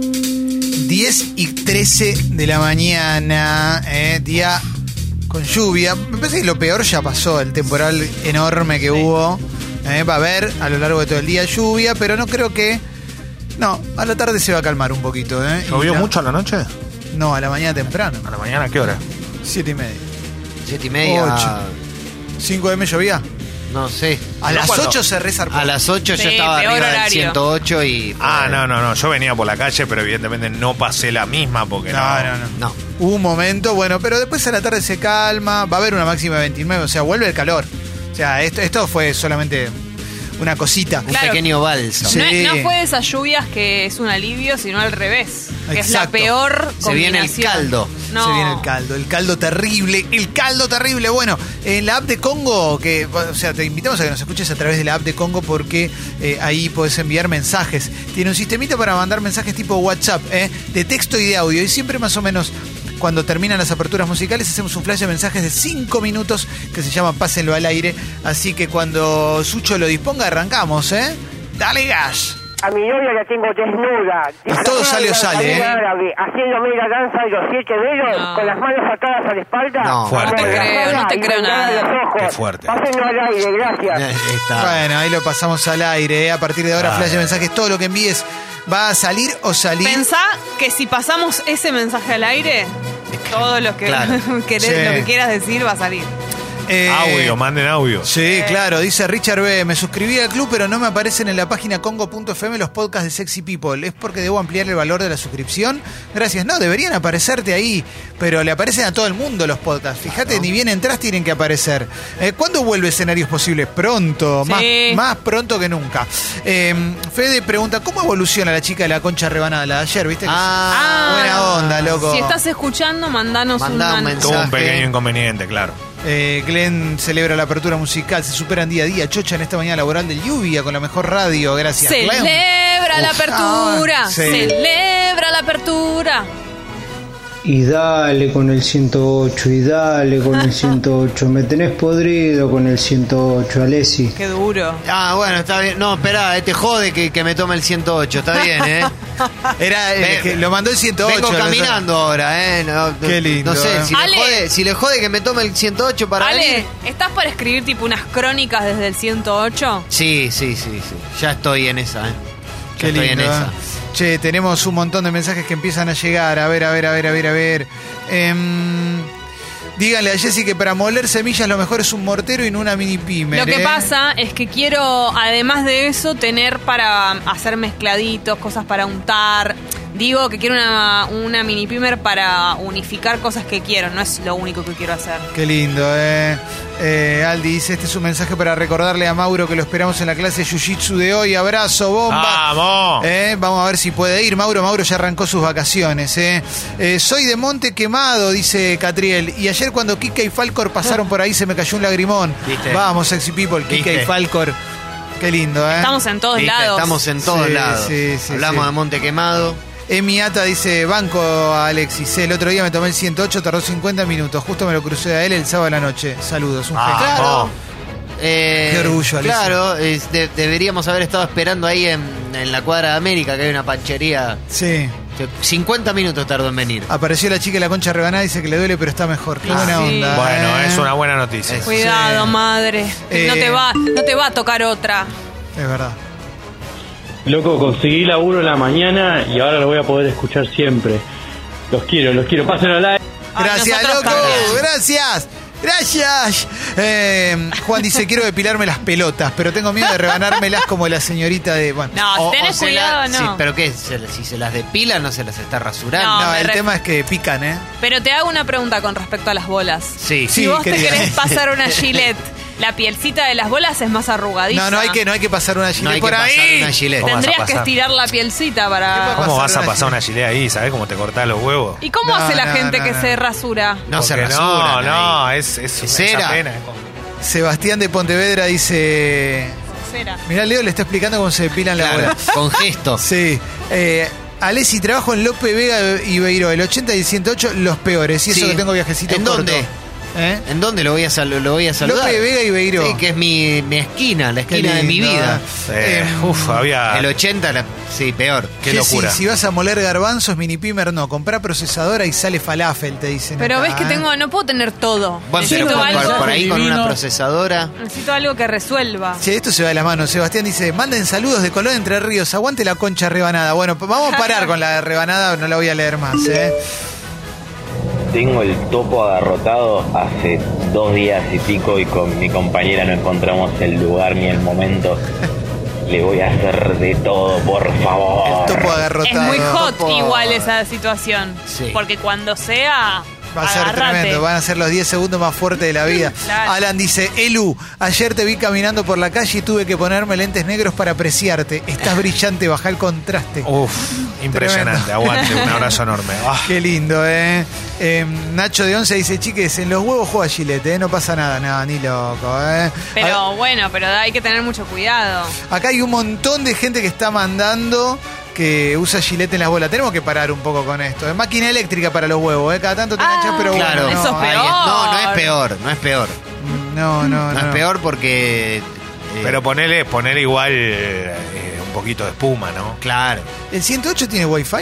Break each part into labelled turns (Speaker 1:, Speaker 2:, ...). Speaker 1: 10 y 13 de la mañana, eh, día con lluvia. Me parece que lo peor ya pasó, el temporal enorme que hubo. eh, va a haber a lo largo de todo el día lluvia, pero no creo que. No, a la tarde se va a calmar un poquito. Eh,
Speaker 2: ¿Llovió
Speaker 1: Y la-
Speaker 2: mucho a la noche?
Speaker 1: No, a la mañana temprano.
Speaker 2: ¿A la mañana qué hora?
Speaker 1: Siete y media.
Speaker 3: Siete y media.
Speaker 1: Ocho. 5 de llovía.
Speaker 3: No sé.
Speaker 1: A
Speaker 2: ¿Pero
Speaker 1: las
Speaker 2: cuándo?
Speaker 1: 8 se resarpó.
Speaker 3: A las 8
Speaker 4: Sí,
Speaker 3: yo estaba
Speaker 4: peor
Speaker 3: arriba del
Speaker 4: horario.
Speaker 3: 108 y. eh,
Speaker 2: Ah, no, no, no. Yo venía por la calle, pero evidentemente no pasé la misma porque no.
Speaker 1: No, no, no.
Speaker 3: No.
Speaker 1: Hubo un momento, bueno, pero después a la tarde se calma, va a haber una máxima de 29, o sea, vuelve el calor. O sea, esto, esto fue solamente una cosita.
Speaker 3: Un
Speaker 4: Claro.
Speaker 3: pequeño bálsamo.
Speaker 1: Sí.
Speaker 4: No, no fue de esas lluvias que es un alivio, sino al revés. Que es la
Speaker 1: Exacto.
Speaker 4: peor combinación.
Speaker 3: Se viene el caldo.
Speaker 4: No.
Speaker 1: Se viene el caldo, el caldo terrible, el caldo terrible. Bueno, en la app de Congo, que, o sea, te invitamos a que nos escuches a través de la app de Congo porque eh, ahí podés enviar mensajes. Tiene un sistemita para mandar mensajes tipo WhatsApp, ¿eh? de texto y de audio. Y siempre más o menos cuando terminan las aperturas musicales hacemos un flash de mensajes de 5 minutos que se llama Pásenlo al aire. Así que cuando Sucho lo disponga, arrancamos, ¿eh? Dale gas.
Speaker 5: A mi novia la tengo desnuda.
Speaker 1: Y todo sale o sale, ¿eh?
Speaker 5: Árabe, haciéndome la danza de los siete dedos
Speaker 4: No.
Speaker 5: con las manos atadas a la espalda.
Speaker 3: No.
Speaker 2: Fuerte. No
Speaker 5: con
Speaker 2: te
Speaker 5: la
Speaker 2: creo,
Speaker 5: cara
Speaker 4: no te
Speaker 5: y
Speaker 4: creo
Speaker 5: vendada
Speaker 4: nada.
Speaker 5: los ojos.
Speaker 2: Qué fuerte.
Speaker 5: Pásenlo al aire, gracias.
Speaker 3: Eh, Está.
Speaker 1: Bueno, ahí lo pasamos al aire. ¿eh? A partir de ahora,
Speaker 2: Ah.
Speaker 1: flash de mensajes, todo lo que envíes va a salir o salir.
Speaker 4: Pensá que si pasamos ese mensaje al aire, todo lo que,
Speaker 3: Claro.
Speaker 4: querés-
Speaker 1: Sí.
Speaker 4: lo que quieras decir va a salir.
Speaker 1: Eh,
Speaker 2: Audio, manden audio.
Speaker 1: Sí,
Speaker 4: Eh.
Speaker 1: claro, dice Richard B. Me suscribí al club, pero no me aparecen en la página congo.fm los podcasts de Sexy People. ¿Es porque debo ampliar el valor de la suscripción? Gracias. No, deberían aparecerte ahí, pero le aparecen a todo el mundo los podcasts. Fíjate, ni bien entras, tienen que aparecer. Eh, ¿Cuándo vuelve escenarios posibles? Pronto,
Speaker 4: Sí.
Speaker 1: más, más pronto que nunca. Eh, Fede pregunta: ¿Cómo evoluciona la chica de la concha rebanada la de ayer? ¿Viste? que-
Speaker 3: Ah.
Speaker 1: buena onda, loco.
Speaker 4: Si estás escuchando, mandanos
Speaker 3: Mandá un
Speaker 4: un, man-
Speaker 3: mensaje.
Speaker 2: Tuvo un
Speaker 3: Mensaje.
Speaker 2: pequeño inconveniente, claro.
Speaker 1: Eh, Glenn celebra la apertura musical, se superan día a día. Chocha en esta mañana laboral de lluvia con la mejor radio. Gracias, Glenn.
Speaker 4: Celebra la
Speaker 1: Uf.
Speaker 4: apertura.
Speaker 1: Ah, sí.
Speaker 4: Celebra la apertura.
Speaker 6: Y dale con el 108, y dale con el 108. Me tenés podrido con el 108, Alessi.
Speaker 4: Qué duro.
Speaker 3: Ah, bueno, está bien. No, espera, te jode que, que me tome el 108. Está bien, ¿eh?
Speaker 1: Era, eh,
Speaker 3: Ven-
Speaker 1: que lo mandó el 108.
Speaker 3: Vengo
Speaker 1: lo-
Speaker 3: caminando ahora, ¿eh? No,
Speaker 1: Qué lindo,
Speaker 3: No sé,
Speaker 1: eh.
Speaker 3: si le,
Speaker 4: Ale.
Speaker 3: jode, si le jode que me tome el 108 para
Speaker 4: Ale,
Speaker 3: venir.
Speaker 4: ¿estás para escribir tipo unas crónicas desde el 108?
Speaker 3: Sí, sí, sí, sí. Ya estoy en esa, ¿eh? Ya
Speaker 1: Qué
Speaker 3: estoy
Speaker 1: lindo. ¿eh?
Speaker 3: en esa.
Speaker 1: Che, tenemos un montón de mensajes que empiezan a llegar. A ver, a ver, a ver, a ver, a ver. Em, díganle a Jessy que para moler semillas lo mejor es un mortero y no una mini pyme.
Speaker 4: Lo que
Speaker 1: ¿eh?
Speaker 4: pasa es que quiero, además de eso, tener para hacer mezcladitos, cosas para untar. Digo que quiero una, una mini primer para unificar cosas que quiero, no es lo único que quiero hacer.
Speaker 1: Qué lindo, ¿eh? Eh, Aldi dice, este es un mensaje para recordarle a Mauro que lo esperamos en la clase de Jiu-Jitsu de hoy. Abrazo, bomba.
Speaker 3: Ah,
Speaker 2: ¡Vamos!
Speaker 1: Eh, vamos a ver si puede ir. Mauro, Mauro ya arrancó sus vacaciones. eh. Eh, soy de Monte Quemado, dice Catriel. Y ayer cuando Kika y Falcor pasaron por ahí se me cayó un lagrimón.
Speaker 3: Viste.
Speaker 1: Vamos, sexy people, Kika y
Speaker 3: Viste.
Speaker 1: Falcor. Qué lindo, ¿eh?
Speaker 4: Estamos en todos
Speaker 3: Viste,
Speaker 4: lados.
Speaker 3: Estamos en todos
Speaker 1: Sí,
Speaker 3: lados.
Speaker 1: sí, sí,
Speaker 3: Hablamos
Speaker 1: sí.
Speaker 3: de Monte Quemado.
Speaker 1: Emi Ata dice, banco a Alexis. eh, El otro día me tomé el 108, tardó 50 minutos. Justo me lo crucé a él el sábado a la noche. Saludos, un
Speaker 2: Ah,
Speaker 1: genio.
Speaker 3: Claro.
Speaker 2: vos.
Speaker 3: Eh,
Speaker 1: Qué orgullo, Alicia.
Speaker 3: Claro, es- de- deberíamos haber estado esperando ahí en, en la cuadra de América, que hay una panchería.
Speaker 1: Sí.
Speaker 3: 50 minutos tardó en venir.
Speaker 1: Apareció la chica de la concha rebanada, dice que le duele, pero está mejor. Qué buena
Speaker 4: Ah, sí.
Speaker 1: onda.
Speaker 2: Bueno,
Speaker 1: ¿eh?
Speaker 2: es una buena noticia.
Speaker 3: Eso.
Speaker 4: Cuidado,
Speaker 1: Sí.
Speaker 4: madre.
Speaker 1: Eh.
Speaker 4: No, te va, no te va a tocar otra.
Speaker 1: Es verdad.
Speaker 7: Loco, conseguí laburo en la mañana y ahora lo voy a poder escuchar siempre. Los quiero, los quiero. Pásenlo al aire.
Speaker 4: A
Speaker 1: Gracias, loco.
Speaker 4: Ah, nosotros también.
Speaker 1: Gracias. Gracias. Eh, Juan dice, quiero depilarme las pelotas, pero tengo miedo de rebanármelas como la señorita de... Bueno,
Speaker 4: No, tenés
Speaker 3: se la-
Speaker 4: cuidado, no.
Speaker 3: sí, pero qué, se la- si se las depila no se las está rasurando.
Speaker 4: No,
Speaker 1: no,
Speaker 4: me
Speaker 1: el
Speaker 4: re-
Speaker 1: tema es que pican, ¿eh?
Speaker 4: Pero te hago una pregunta con respecto a las bolas.
Speaker 3: Sí.
Speaker 1: Sí.
Speaker 4: si vos
Speaker 1: querida.
Speaker 4: te querés pasar una gilet, la pielcita de las bolas es más arrugadiza.
Speaker 1: No, no hay que, no hay que pasar una gilet
Speaker 3: No hay
Speaker 1: por
Speaker 3: que
Speaker 1: ahí.
Speaker 3: pasar una gilet.
Speaker 2: ¿Cómo vas a
Speaker 4: Tendrías que
Speaker 2: pasar?
Speaker 4: estirar la pielcita para.
Speaker 2: ¿Cómo vas a
Speaker 1: Pasar una
Speaker 2: pasar una chile ahí? ¿Sabes cómo te cortás los huevos?
Speaker 4: ¿Y cómo
Speaker 1: No,
Speaker 4: hace la
Speaker 1: no,
Speaker 4: gente
Speaker 1: no,
Speaker 4: que
Speaker 1: no.
Speaker 4: se rasura?
Speaker 3: No se
Speaker 2: Porque
Speaker 3: rasuran
Speaker 2: No, no,
Speaker 3: ahí.
Speaker 2: es, es,
Speaker 3: Es
Speaker 2: una
Speaker 3: cera.
Speaker 2: pena.
Speaker 1: Sebastián de Pontevedra dice...
Speaker 4: Cera.
Speaker 1: Mirá, Leo le está explicando cómo se depilan las
Speaker 3: Claro,
Speaker 1: bolas.
Speaker 3: con gestos.
Speaker 1: Sí. Eh, Alessi, trabajo en López Vega y Beiro. El 80 y el 108, los peores. Y eso
Speaker 3: Sí.
Speaker 1: que tengo viajecitos
Speaker 3: ¿En
Speaker 1: cortos.
Speaker 3: dónde?
Speaker 1: ¿Eh?
Speaker 3: ¿En dónde lo voy a, sal- lo voy a saludar?
Speaker 1: López Vega y Beiró.
Speaker 3: Sí, que es mi, mi esquina, la
Speaker 1: Qué
Speaker 3: esquina de mi
Speaker 1: lindo,
Speaker 3: vida.
Speaker 1: ¿eh?
Speaker 2: Eh, uf, había.
Speaker 3: El 80, la- sí, peor.
Speaker 2: Qué
Speaker 1: Que
Speaker 2: locura.
Speaker 1: Si, si vas a moler garbanzos, mini pimer no. Comprá procesadora y sale falafel, te dicen.
Speaker 4: Pero
Speaker 1: acá,
Speaker 4: ves que
Speaker 1: ¿eh?
Speaker 4: tengo, no puedo tener todo.
Speaker 3: Bueno, pero
Speaker 4: necesito,
Speaker 3: por,
Speaker 4: algo,
Speaker 3: por ahí con una
Speaker 8: Divino.
Speaker 3: procesadora.
Speaker 4: necesito algo que resuelva.
Speaker 1: Che, esto se va de la mano. Sebastián dice, manden saludos de Colón Entre Ríos, aguante la concha rebanada. Bueno, pa- vamos a parar con la rebanada, no la voy a leer más. ¿eh?
Speaker 9: Tengo el topo agarrotado hace dos días y pico y con mi compañera no encontramos el lugar ni el momento. Le voy a hacer de todo, por favor.
Speaker 1: El topo
Speaker 4: Es
Speaker 1: agarrotado.
Speaker 4: muy hot
Speaker 3: Topo.
Speaker 4: igual esa situación.
Speaker 3: Sí.
Speaker 4: Porque cuando sea,
Speaker 1: Va a ser
Speaker 4: agárrate.
Speaker 1: tremendo, van a ser los 10 segundos más fuertes de la vida.
Speaker 4: Claro.
Speaker 1: Alan dice, Elu, ayer te vi caminando por la calle y tuve que ponerme lentes negros para apreciarte. Estás brillante, baja el contraste.
Speaker 2: Uf, impresionante. Aguante, un abrazo enorme. Ah.
Speaker 1: Qué lindo, ¿eh? Eh, Nacho de 11 dice, chiques, en los huevos juega Gillette, ¿eh? No pasa nada, nada, ni loco, ¿eh?
Speaker 4: Pero
Speaker 1: A-
Speaker 4: bueno, pero hay que tener mucho cuidado.
Speaker 1: acá hay un montón de gente que está mandando que usa Gillette en las bolas. Tenemos que parar un poco con esto. Es máquina eléctrica para los huevos, ¿eh? Cada tanto te
Speaker 4: Ah,
Speaker 1: enganchas, pero
Speaker 3: Claro.
Speaker 1: bueno.
Speaker 4: Eso es
Speaker 1: no,
Speaker 4: peor.
Speaker 3: Ahí es- No, no es peor, no es peor.
Speaker 1: No, no,
Speaker 3: No,
Speaker 1: no.
Speaker 3: es peor porque... eh,
Speaker 2: Ah, Pero ponele, ponele igual eh, un poquito de espuma, ¿no?
Speaker 3: Claro.
Speaker 1: ¿El 108 tiene wifi?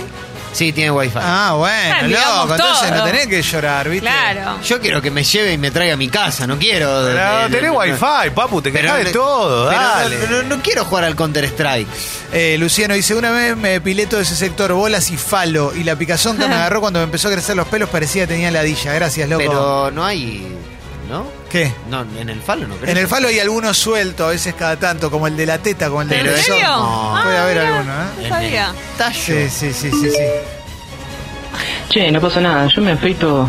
Speaker 3: Sí, tiene wifi.
Speaker 1: Ah, bueno,
Speaker 4: Ah, miramos
Speaker 1: loco. Entonces no
Speaker 4: todo.
Speaker 1: tenés que llorar, ¿viste?
Speaker 4: Claro.
Speaker 3: Yo quiero que me lleve y me traiga a mi casa, no quiero...
Speaker 2: Pero
Speaker 3: eh,
Speaker 2: tenés
Speaker 3: no-
Speaker 2: wifi, papu, te
Speaker 3: Pero-
Speaker 2: quejás de todo,
Speaker 3: pero no-
Speaker 2: dale.
Speaker 3: no- no quiero jugar al Counter Strike.
Speaker 1: Eh, Luciano dice, una vez me depilé todo ese sector, bolas y falo, y la picazón que me agarró cuando me empezó a crecer los pelos parecía que tenía ladilla. Gracias, loco.
Speaker 3: Pero no hay. ¿No?
Speaker 1: ¿Qué?
Speaker 3: No, en el falo no creo.
Speaker 1: En el falo hay algunos sueltos, a veces cada tanto, como el de la teta, como el del
Speaker 3: Pero
Speaker 4: ¿En
Speaker 1: pezón.
Speaker 3: eso
Speaker 4: serio?
Speaker 3: no.
Speaker 4: Ah,
Speaker 1: Puede haber
Speaker 4: mirá,
Speaker 1: alguno, ¿eh?
Speaker 4: No sabía.
Speaker 3: tallo.
Speaker 1: Sí, sí, sí, sí, sí.
Speaker 8: Che, no pasa nada, yo me afeito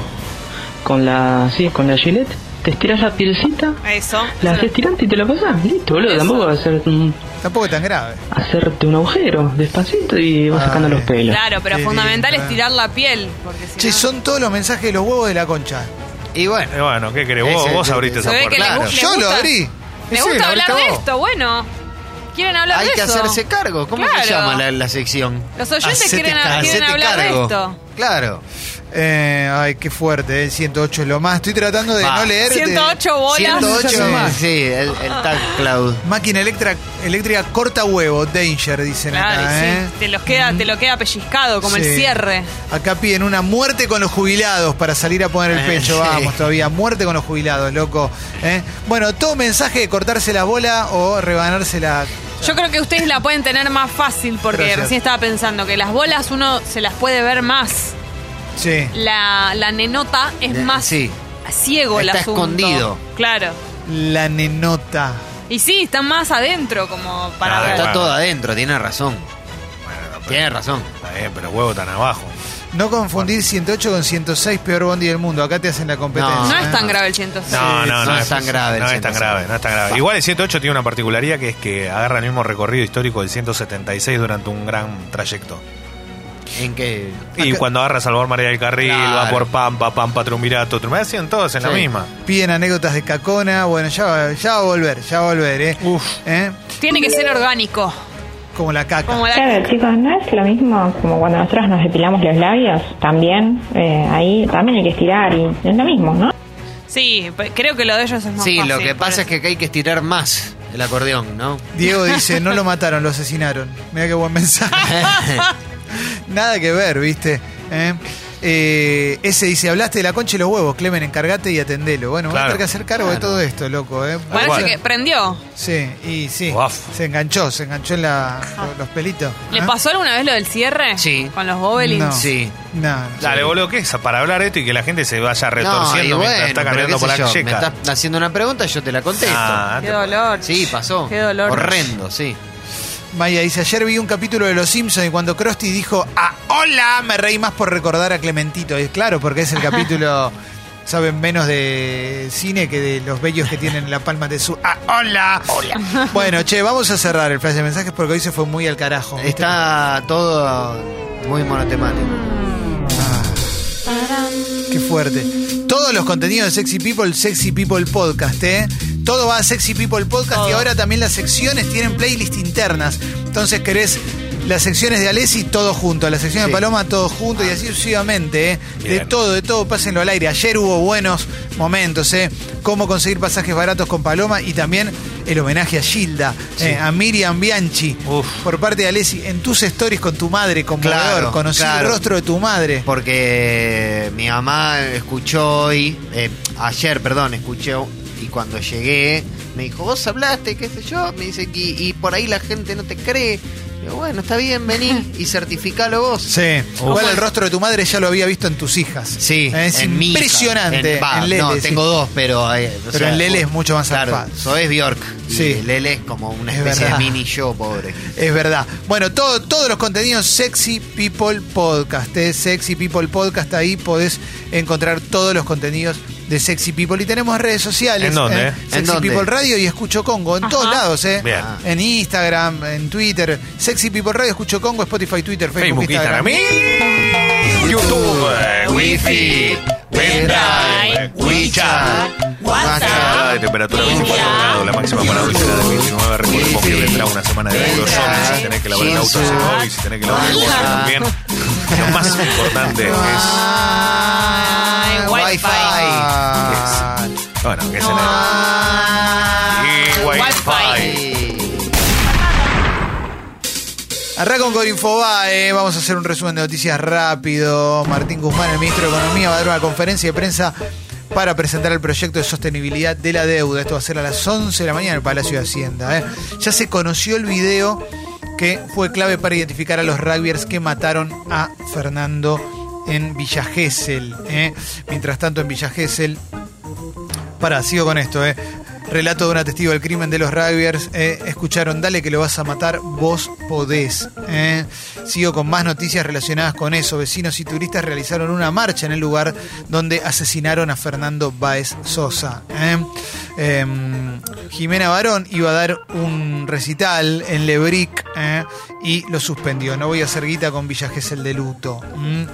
Speaker 8: con la, sí, con la Gillette, te estiras la pielcita,
Speaker 4: Eso.
Speaker 8: la
Speaker 4: Eso.
Speaker 8: haces tirante y te la pasas, listo, boludo,
Speaker 4: Eso.
Speaker 8: tampoco va a ser, mm,
Speaker 1: Tampoco es tan grave.
Speaker 8: hacerte un agujero, despacito y vas
Speaker 1: Ah,
Speaker 8: sacando los pelos.
Speaker 4: Claro, pero
Speaker 1: Qué
Speaker 4: fundamental
Speaker 1: lindo,
Speaker 4: es
Speaker 1: eh.
Speaker 4: tirar la piel. Porque si
Speaker 1: Che,
Speaker 4: no-
Speaker 1: son todos los mensajes de los huevos de la concha.
Speaker 3: Y bueno,
Speaker 2: Eh, bueno, ¿qué querés? Vos,
Speaker 3: Ese-
Speaker 2: vos abriste
Speaker 4: Se
Speaker 2: esa
Speaker 4: ve
Speaker 2: puerta.
Speaker 4: que le
Speaker 3: Claro.
Speaker 4: gu- le
Speaker 1: Yo lo
Speaker 4: gusta-
Speaker 1: abrí.
Speaker 4: Me
Speaker 1: Sí,
Speaker 4: gusta
Speaker 1: lo abriste
Speaker 4: hablar de
Speaker 1: vos.
Speaker 4: esto, bueno. ¿Quieren hablar
Speaker 3: hay
Speaker 4: de
Speaker 3: que
Speaker 4: eso?
Speaker 3: hacerse cargo. ¿Cómo
Speaker 4: Claro.
Speaker 3: se llama la, la sección?
Speaker 4: Los oyentes
Speaker 3: Hacete
Speaker 4: quieren-
Speaker 3: ca-
Speaker 4: quieren
Speaker 3: hacete
Speaker 4: hablar de
Speaker 3: cargo.
Speaker 4: esto.
Speaker 3: Claro.
Speaker 1: Eh, ay, qué fuerte, eh, el 108 es lo más. Estoy tratando de
Speaker 3: Va.
Speaker 1: no leer. de-
Speaker 4: 108 bolas.
Speaker 1: 108
Speaker 3: Sí,
Speaker 1: más.
Speaker 3: Sí, el, el tag cloud.
Speaker 1: Máquina electra- eléctrica corta huevo, danger, dicen
Speaker 4: Claro,
Speaker 1: acá,
Speaker 4: y
Speaker 1: ¿eh?
Speaker 4: sí, te, los queda, te lo queda pellizcado como
Speaker 1: Sí.
Speaker 4: el cierre.
Speaker 1: Acá piden una muerte con los jubilados para salir a poner el
Speaker 3: Eh,
Speaker 1: pecho.
Speaker 3: sí.
Speaker 1: Vamos, todavía. Muerte con los jubilados, loco. ¿eh? Bueno, todo mensaje de cortarse la bola o rebanarse la.
Speaker 4: Yo creo que ustedes la pueden tener más fácil porque
Speaker 1: Gracias.
Speaker 4: recién estaba pensando que las bolas uno se las puede ver más.
Speaker 1: Sí.
Speaker 4: La, la nenota es
Speaker 3: Eh,
Speaker 4: más
Speaker 3: sí.
Speaker 4: ciego el
Speaker 3: Está
Speaker 4: asunto.
Speaker 3: escondido.
Speaker 4: Claro.
Speaker 1: La nenota.
Speaker 4: Y sí, están más adentro como para
Speaker 2: Ah,
Speaker 4: ver.
Speaker 3: Está
Speaker 2: bueno.
Speaker 3: todo adentro, tiene razón.
Speaker 2: Bueno,
Speaker 3: Tiene razón.
Speaker 2: Está bien, pero huevo tan abajo.
Speaker 1: No confundir 108 con 106, peor bondi del mundo. Acá te hacen la competencia. ¿eh?
Speaker 4: No es tan
Speaker 3: Ah.
Speaker 4: grave el 106.
Speaker 2: No, no, no,
Speaker 3: no es tan grave el
Speaker 2: No es tan
Speaker 3: 106.
Speaker 2: grave, no es tan grave. Igual el 108 tiene una particularidad que es que agarra el mismo recorrido histórico del 176 durante un gran trayecto.
Speaker 3: En que.
Speaker 2: Y
Speaker 1: Acá-
Speaker 2: cuando agarra Salvador María del Carril, va
Speaker 3: Claro.
Speaker 2: por Pampa, Pampa, Triunvirato, Triunvirato, hacen todos en la
Speaker 3: Sí.
Speaker 2: misma.
Speaker 1: Piden anécdotas de cacona. Bueno, ya va, ya va a volver, ya va a volver, ¿eh?
Speaker 4: Uh.
Speaker 2: Uf.
Speaker 1: ¿Eh?
Speaker 4: Tiene que ser orgánico.
Speaker 1: Como la caca.
Speaker 4: Como la-
Speaker 10: Claro, Eh, chicos, no es lo mismo como cuando nosotros nos depilamos los labios, también, eh, ahí también hay que estirar y es lo mismo, ¿no?
Speaker 4: Sí, pe- creo que lo de ellos es más
Speaker 3: Sí, lo
Speaker 4: fácil,
Speaker 3: que pasa es
Speaker 4: parece.
Speaker 3: que acá hay que estirar más el acordeón, ¿no?
Speaker 1: Diego dice, no lo mataron, lo asesinaron. Mira qué buen mensaje. Nada que ver, ¿viste? ¿Eh? Eh, ese dice, hablaste de la concha y los huevos, Clemen, encargate y atendelo. Bueno, voy a
Speaker 2: Claro.
Speaker 1: tener que hacer cargo de
Speaker 3: Claro.
Speaker 1: todo esto, loco. ¿eh?
Speaker 4: Parece
Speaker 2: Igual.
Speaker 4: que prendió.
Speaker 1: Sí, y sí.
Speaker 2: Guaf.
Speaker 1: Se enganchó, se enganchó en la, los pelitos.
Speaker 4: ¿Le
Speaker 1: ¿Ah?
Speaker 4: pasó alguna vez lo del cierre?
Speaker 3: ¿Eh? Sí.
Speaker 4: Con los bobelins.
Speaker 1: No.
Speaker 3: Sí.
Speaker 1: No, no.
Speaker 2: Dale, boludo, ¿qué es para hablar esto y que la gente se vaya
Speaker 3: y
Speaker 2: retorciendo mientras está
Speaker 3: pero qué
Speaker 2: caminando por
Speaker 3: sé
Speaker 2: la
Speaker 3: yo,
Speaker 2: checa?
Speaker 3: Me estás haciendo una pregunta, yo te la contesto.
Speaker 2: Ah,
Speaker 4: Qué dolor.
Speaker 3: Sí, pasó.
Speaker 4: Qué dolor.
Speaker 3: Horrendo, sí.
Speaker 1: Maya dice, ayer vi un capítulo de Los Simpsons y cuando Krusty dijo, ah, hola, me reí más por recordar a Clementito. Y es claro, porque es el capítulo, saben menos de cine que de los bellos que tienen en la palma de su... Ah, hola. Hola. Bueno, che, vamos a cerrar el flash de mensajes porque hoy se fue muy al carajo. ¿viste?
Speaker 3: Está todo muy monotemático.
Speaker 1: Qué fuerte. Todos los contenidos de Sexy People, Sexy People Podcast, ¿eh? Todo va a Sexy People Podcast y ahora también las secciones tienen playlists internas. Entonces querés Las secciones de Alessi, todo junto. Las secciones de Paloma, todo junto. Y
Speaker 3: Ah.
Speaker 1: así sucesivamente, ¿eh? De
Speaker 2: Bien.
Speaker 1: todo, de todo, pásenlo al aire. Ayer hubo buenos momentos, ¿eh? Cómo conseguir pasajes baratos con Paloma y también el homenaje a Gilda, ¿eh? a Miriam Bianchi, por parte de Alessi, en tus stories con tu madre, conmovedor.
Speaker 3: Claro,
Speaker 1: conocí el
Speaker 3: claro.
Speaker 1: rostro de tu madre.
Speaker 3: Porque mi mamá escuchó hoy, eh, ayer, perdón, escuchó y cuando llegué me dijo, vos hablaste, qué sé yo, me dice, y, y por ahí la gente no te cree. Digo, bueno, está bien, vení y certificalo vos.
Speaker 1: Sí,
Speaker 3: Uf.
Speaker 1: igual el rostro de tu madre ya lo había visto en tus hijas. Eh,
Speaker 3: Sí,
Speaker 1: es
Speaker 3: en mi hija,
Speaker 1: impresionante.
Speaker 3: en- va,
Speaker 1: en Lele,
Speaker 3: no,
Speaker 1: sí.
Speaker 3: tengo dos, pero. eh, o
Speaker 1: Pero en Lele es mucho más
Speaker 3: claro,
Speaker 1: zarpado.
Speaker 3: Zoe es Bjork.
Speaker 1: Sí.
Speaker 3: Y Lele es como una
Speaker 1: Es
Speaker 3: especie
Speaker 1: verdad.
Speaker 3: de mini yo, pobre.
Speaker 1: Es verdad. Bueno, todo, todos los contenidos Sexy People Podcast. ¿eh? Sexy People Podcast, ahí podés encontrar todos los contenidos de Sexy People. Y tenemos redes sociales.
Speaker 2: ¿En dónde,
Speaker 1: ¿eh?
Speaker 2: eh?
Speaker 1: Sexy
Speaker 3: ¿En dónde?
Speaker 1: People Radio y Escucho Congo. En
Speaker 4: Ajá.
Speaker 1: todos lados, ¿eh?
Speaker 2: Bien.
Speaker 1: En Instagram, en Twitter. Sexy People Radio, Escucho Congo, Spotify, Twitter, Facebook,
Speaker 2: Facebook, Instagram. y- YouTube, Wi-Fi, Pendrive, WeChat.
Speaker 3: WhatsApp.
Speaker 2: La de temperatura 24 grados, la máxima para hoy será de 29. Recordemos que vendrá una semana de frío. Si tenés que lavar el auto, hacelo hoy. Si tenés que lavar el bote también. Lo más importante es.
Speaker 1: Ah,
Speaker 3: Ah,
Speaker 4: Ay, Ah, Wi-Fi.
Speaker 2: es- bueno, que es el. Y Wi-Fi.
Speaker 1: Arranca con Corinfobae, vamos a hacer un resumen de noticias rápido. Martín Guzmán, el ministro de Economía, va a dar una conferencia de prensa para presentar el proyecto de sostenibilidad de la deuda. Esto va a ser a las 11 de la mañana en el Palacio de Hacienda. ¿eh? Ya se conoció el video que fue clave para identificar a los rugbyers que mataron a Fernando en Villa Gesell. ¿eh? Mientras tanto, en Villa Gesell Pará, sigo con esto, eh. Relato de una testigo del crimen de los Raviers. escucharon, dale que lo vas a matar, vos podés. eh. Sigo con más noticias relacionadas con eso. Vecinos y turistas realizaron una marcha en el lugar donde asesinaron a Fernando Báez Sosa. eh. Em, Jimena Barón iba a dar un recital en Lebric eh, y lo suspendió. No voy a hacer guita con Villa Gesell de luto. Mm.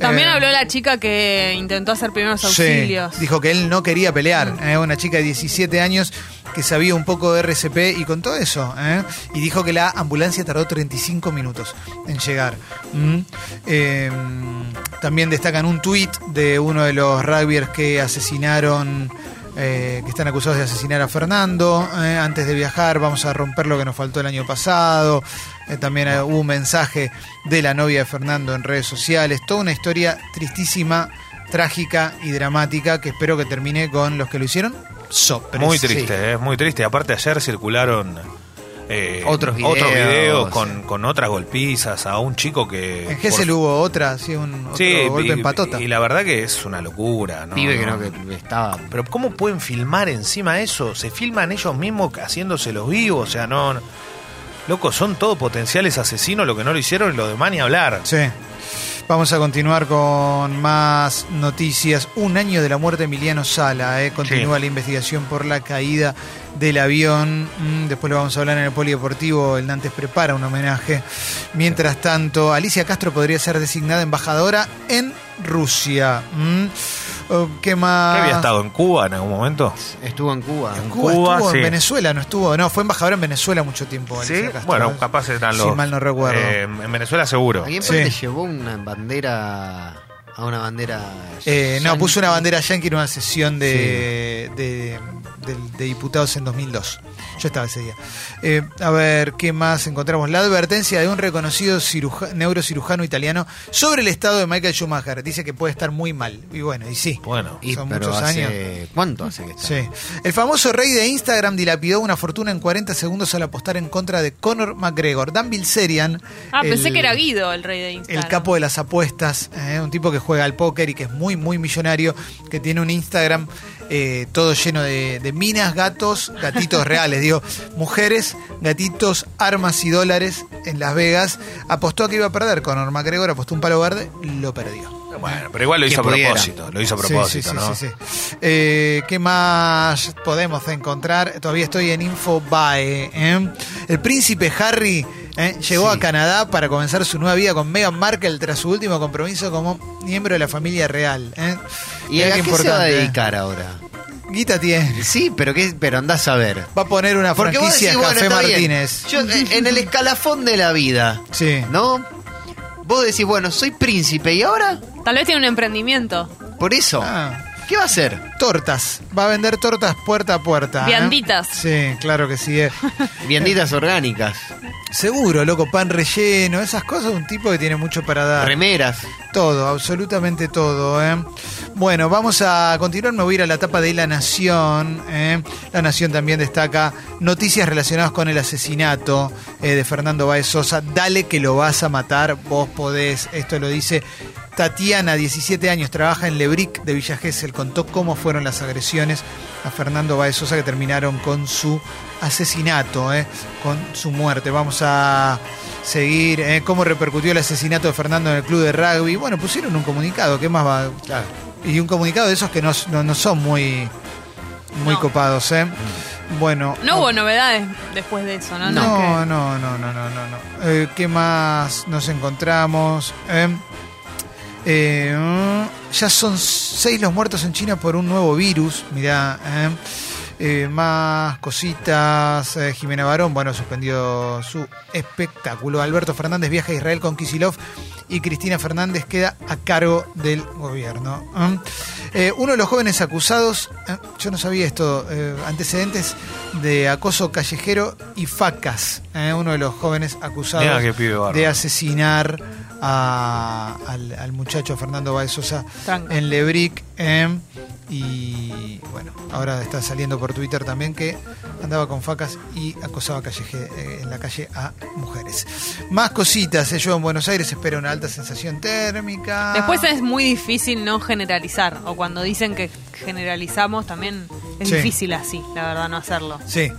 Speaker 4: También
Speaker 1: Eh,
Speaker 4: habló la chica que intentó hacer primeros
Speaker 1: Sí,
Speaker 4: auxilios.
Speaker 1: dijo que él no quería pelear. ¿eh? Una chica de 17 años que sabía un poco de RCP y contó eso. ¿eh? Y dijo que la ambulancia tardó 35 minutos en llegar. ¿Mm? Eh, también destacan un tuit de uno de los rugbyers que asesinaron. eh, que están acusados de asesinar a Fernando ¿eh? antes de viajar, vamos a romper lo que nos faltó el año pasado. Eh, también eh, hubo un mensaje de la novia de Fernando en redes sociales. Toda una historia tristísima trágica y dramática que espero que termine con los que lo hicieron sopres.
Speaker 2: Muy
Speaker 1: Sí.
Speaker 2: triste, eh, muy triste. Aparte, ayer circularon. eh,
Speaker 3: Otros videos.
Speaker 2: videos con, con otras golpizas a un chico que.
Speaker 1: En
Speaker 2: por-
Speaker 1: Gessel hubo otra, sí, un otro golpe
Speaker 2: y,
Speaker 1: en patota.
Speaker 2: y la verdad que es una locura, ¿no?
Speaker 3: Pibe que no, que estaba.
Speaker 2: Pero ¿cómo pueden filmar encima eso? Se filman ellos mismos haciéndose los vivos, o sea, no... no- Loco, son todos potenciales asesinos lo que no lo hicieron y los demás ni hablar.
Speaker 1: Sí. Vamos a continuar con más noticias. Un año de la muerte de Emiliano Sala. eh. Continúa la investigación por la caída del avión. Mm, Después lo vamos a hablar en el Polideportivo. El Nantes prepara un homenaje. Mientras tanto, Alicia Castro podría ser designada embajadora en Rusia. Mm. Oh, ¿Qué
Speaker 2: ¿Qué
Speaker 1: más?
Speaker 2: había estado en Cuba en algún momento?
Speaker 3: Estuvo en Cuba.
Speaker 2: En
Speaker 1: Cuba,
Speaker 2: Cuba,
Speaker 1: estuvo
Speaker 2: sí.
Speaker 1: en Venezuela, no estuvo, no, fue embajadora en Venezuela mucho tiempo. Alicia Castro, Eh,
Speaker 2: Bueno,
Speaker 1: ¿no?
Speaker 2: capaz eran los...
Speaker 1: Si mal no recuerdo.
Speaker 2: eh, en Venezuela seguro.
Speaker 3: ¿Alguien
Speaker 1: Sí.
Speaker 3: te llevó una bandera a una bandera?
Speaker 1: Eh, no,
Speaker 3: yankee?
Speaker 1: puso una bandera yankee en una sesión de, de- de- de diputados en 2002. Yo estaba ese día. Eh, a ver, ¿qué más encontramos? La advertencia de un reconocido ciruja- neurocirujano italiano sobre el estado de Michael Schumacher. Dice que puede estar muy mal. Y bueno, y sí.
Speaker 2: Bueno,
Speaker 3: Y,
Speaker 1: Son
Speaker 3: pero
Speaker 1: muchos
Speaker 3: hace- ¿Cuánto hace que está?
Speaker 1: Sí. El famoso rey de Instagram dilapidó una fortuna en 40 segundos al apostar en contra de Conor McGregor. Dan Bilzerian.
Speaker 4: Ah, pensé
Speaker 1: el-
Speaker 4: que era Guido el rey de Instagram.
Speaker 1: el capo de las apuestas, ¿eh? un tipo que juega al póker y que es muy, muy millonario, que tiene un Instagram eh, todo lleno de, de minas, gatos, gatitos reales, digo, mujeres, gatitos, armas y dólares en Las Vegas. Apostó que iba a perder con Norma Gregor, apostó un palo verde, lo perdió.
Speaker 2: bueno, pero igual lo
Speaker 3: Que
Speaker 2: hizo a
Speaker 3: pudiera.
Speaker 2: propósito, lo hizo a
Speaker 1: Sí, sí,
Speaker 2: propósito,
Speaker 1: sí,
Speaker 2: ¿no?
Speaker 1: sí, sí. Eh, ¿Qué más podemos encontrar? Todavía estoy en Infobae. ¿eh? El príncipe Harry ¿eh? llegó
Speaker 3: Sí.
Speaker 1: a Canadá para comenzar su nueva vida con Meghan Markle tras su último compromiso como miembro de la familia real. ¿eh?
Speaker 3: ¿Y
Speaker 1: Mirá
Speaker 3: a
Speaker 1: qué
Speaker 3: qué se va a
Speaker 1: importante, ¿eh?
Speaker 3: dedicar ahora?
Speaker 1: Guita tiene.
Speaker 3: Sí, pero qué, pero andás a ver.
Speaker 1: Va a poner una
Speaker 3: Porque vos
Speaker 1: franquicia
Speaker 3: decís, bueno,
Speaker 1: Café
Speaker 3: está bien.
Speaker 1: Martínez.
Speaker 3: Yo, eh, en el escalafón de la vida,
Speaker 1: Sí.
Speaker 3: ¿no? Vos decís, bueno, soy príncipe, ¿y ahora?
Speaker 4: Tal vez tiene un emprendimiento.
Speaker 3: Por eso.
Speaker 1: Ah,
Speaker 3: ¿Qué va a hacer?
Speaker 1: tortas. Va a vender tortas puerta a puerta. ¿eh?
Speaker 4: Vianditas.
Speaker 1: Sí, claro que sí. eh.
Speaker 3: Vianditas orgánicas,
Speaker 1: Seguro, loco, pan relleno, esas cosas, un tipo que tiene mucho para dar.
Speaker 3: remeras.
Speaker 1: Todo, absolutamente todo. ¿eh? Bueno, vamos a continuar. Me voy a ir a la etapa de La Nación. ¿eh? La Nación también destaca noticias relacionadas con el asesinato eh, de Fernando Baez Sosa. Dale que lo vas a matar, vos podés. Esto lo dice Tatiana, 17 años, trabaja en Lebric de Villa Gesell. Contó cómo fueron las agresiones a Fernando Baez Sosa que terminaron con su asesinato, ¿eh? con su muerte. Vamos a seguir eh, cómo repercutió el asesinato de Fernando en el club de rugby. Bueno, pusieron un comunicado, ¿qué más va? Ah, Y un comunicado de esos que no, no- no son muy, muy
Speaker 4: No.
Speaker 1: copados. ¿eh? Bueno.
Speaker 4: No hubo novedades después de eso, ¿no?
Speaker 1: No, no, no, no, no, no. no. Eh, ¿Qué más nos encontramos? Eh, eh, mm, ya son seis los muertos en China por un nuevo virus. Mirá. eh. Eh, más cositas. Eh, Jimena Barón, bueno, suspendió su espectáculo. Alberto Fernández viaja a Israel con Kisilov y Cristina Fernández queda a cargo del gobierno. ¿Mm? Eh, uno de los jóvenes acusados, eh, yo no sabía esto, eh, antecedentes de acoso callejero y facas. eh, uno de los jóvenes acusados
Speaker 2: Mirá qué pibe bárbaro.
Speaker 1: de asesinar a- al, al muchacho Fernando Baez Sosa
Speaker 4: Tranca.
Speaker 1: en Lebric. eh, y bueno, ahora está saliendo por Twitter también que andaba con facas y acosaba calleje- eh, en la calle a mujeres. Más cositas, eh, yo en Buenos Aires espero una alta sensación térmica.
Speaker 4: Después es muy difícil no generalizar. O cuando dicen que generalizamos también es
Speaker 1: Sí.
Speaker 4: difícil así, la verdad, no hacerlo.
Speaker 1: Sí.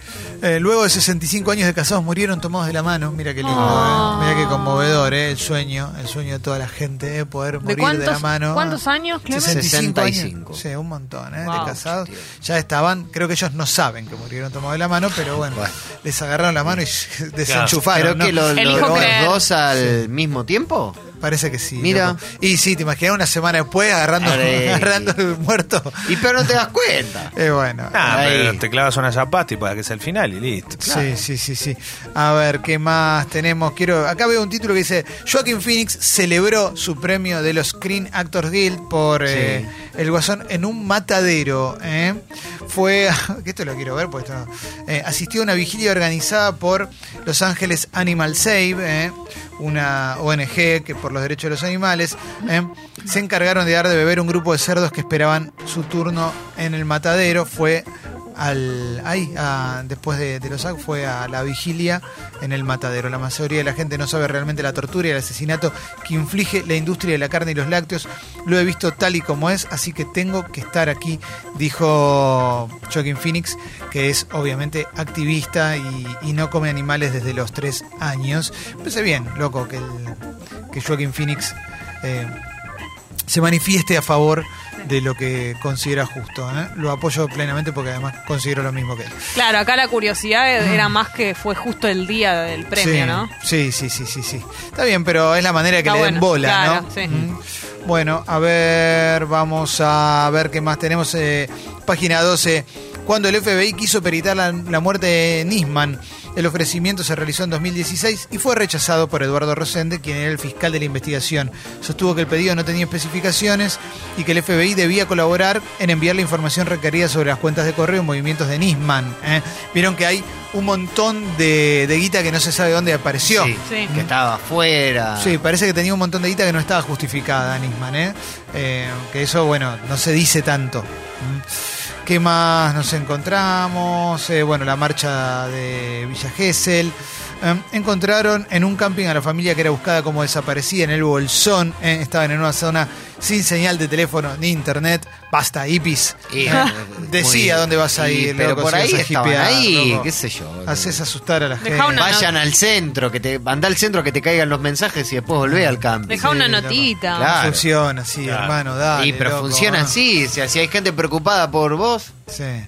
Speaker 1: Eh, luego de 65 años de casados murieron tomados de la mano. Mira qué lindo,
Speaker 4: Ah.
Speaker 1: eh. mira qué conmovedor, eh. el sueño, el sueño de toda la gente, eh, poder morir
Speaker 4: cuántos-
Speaker 1: de la mano.
Speaker 4: cuántos años, Clemen?
Speaker 1: 65
Speaker 3: 65.
Speaker 1: años. Sí, un montón, eh,
Speaker 4: Wow.
Speaker 1: de casados. Ya estaban, creo que ellos no saben que murieron tomados de la mano, pero bueno, les agarraron la mano y desenchufaron.
Speaker 3: Pero que
Speaker 1: ¿no?
Speaker 3: lo- lo-
Speaker 4: Elijo
Speaker 3: los
Speaker 4: creer.
Speaker 3: dos al mismo tiempo.
Speaker 1: Parece que sí.
Speaker 3: Mira.
Speaker 1: loco. Y sí, te imaginas una semana después agarrando,
Speaker 3: Arre.
Speaker 1: agarrando el muerto.
Speaker 3: Y pero no te das cuenta.
Speaker 1: Eh, bueno.
Speaker 2: Ah,
Speaker 3: Ahí.
Speaker 2: pero te clavas una zapata y para que sea el final y listo.
Speaker 1: Sí, sí, sí, sí. A ver, ¿qué más tenemos? Quiero. Acá veo un título que dice: Joaquin Phoenix celebró su premio de los Screen Actors Guild por eh, El Guasón en un matadero. ¿eh? Fue. que esto lo quiero ver, pues esto no. Eh, asistió a una vigilia organizada por Los Ángeles Animal Save, ¿eh? una ONG que por los derechos de los animales. ¿eh? Se encargaron de dar de beber un grupo de cerdos que esperaban su turno en el matadero. Fue al ahí, a- después de, de los actos fue a la vigilia en el matadero. La mayoría de la gente no sabe realmente la tortura y el asesinato que inflige la industria de la carne y los lácteos. Lo he visto tal y como es, así que tengo que estar aquí, dijo Joaquin Phoenix, que es obviamente activista y, y no come animales desde los tres años. Pensé bien, loco, que, el, que Joaquin Phoenix eh, se manifieste a favor de lo que considera justo. ¿eh? Lo apoyo plenamente porque además considero lo mismo que él.
Speaker 4: Claro, acá la curiosidad era más que fue justo el día del premio,
Speaker 1: sí,
Speaker 4: ¿no?
Speaker 1: Sí, sí, sí, sí, sí. Está bien, pero es la manera que
Speaker 4: Está
Speaker 1: le
Speaker 4: bueno,
Speaker 1: den bola,
Speaker 4: claro,
Speaker 1: ¿no?
Speaker 4: sí.
Speaker 1: Mm. Bueno, a ver, vamos a ver qué más tenemos. eh, página 12. Cuando el FBI quiso peritar la, la muerte de Nisman, el ofrecimiento se realizó en 2016 y fue rechazado por Eduardo Rosende, quien era el fiscal de la investigación. Sostuvo que el pedido no tenía especificaciones y que el FBI debía colaborar en enviar la información requerida sobre las cuentas de correo y movimientos de Nisman. ¿eh? Vieron que hay un montón de, de guita que no se sabe dónde apareció.
Speaker 3: Sí,
Speaker 4: Sí.
Speaker 3: Que estaba afuera.
Speaker 1: Sí, parece que tenía un montón de guita que no estaba justificada, Nisman, ¿eh? Eh, Que eso, bueno, no se dice tanto. Mm. ¿Qué más nos encontramos? Eh, bueno, la marcha de Villa Gesell. Eh, encontraron en un camping a la familia que era buscada como desaparecida en el Bolsón. eh, estaban en una zona sin señal de teléfono ni internet. Basta, hippies.
Speaker 3: Y-
Speaker 1: Eh, decía
Speaker 3: muy-
Speaker 1: dónde vas a
Speaker 3: y-
Speaker 1: ir,
Speaker 3: pero
Speaker 1: loco,
Speaker 3: por
Speaker 1: si vas
Speaker 3: ahí
Speaker 1: a
Speaker 3: estaban
Speaker 1: hipear,
Speaker 3: ahí,
Speaker 1: loco.
Speaker 3: qué sé yo. eh.
Speaker 1: Haces asustar a la
Speaker 4: Dejá
Speaker 1: gente.
Speaker 4: una
Speaker 3: Vayan al centro, que te anda al centro que te caigan los mensajes y después volvé al cambio.
Speaker 4: Deja una
Speaker 1: Sí, loco.
Speaker 4: notita.
Speaker 3: Claro.
Speaker 1: Funciona, sí, hermano, dale.
Speaker 3: y pero
Speaker 1: loco,
Speaker 3: funciona
Speaker 1: ah.
Speaker 3: así, o sea, si hay gente preocupada por vos,
Speaker 1: Sí.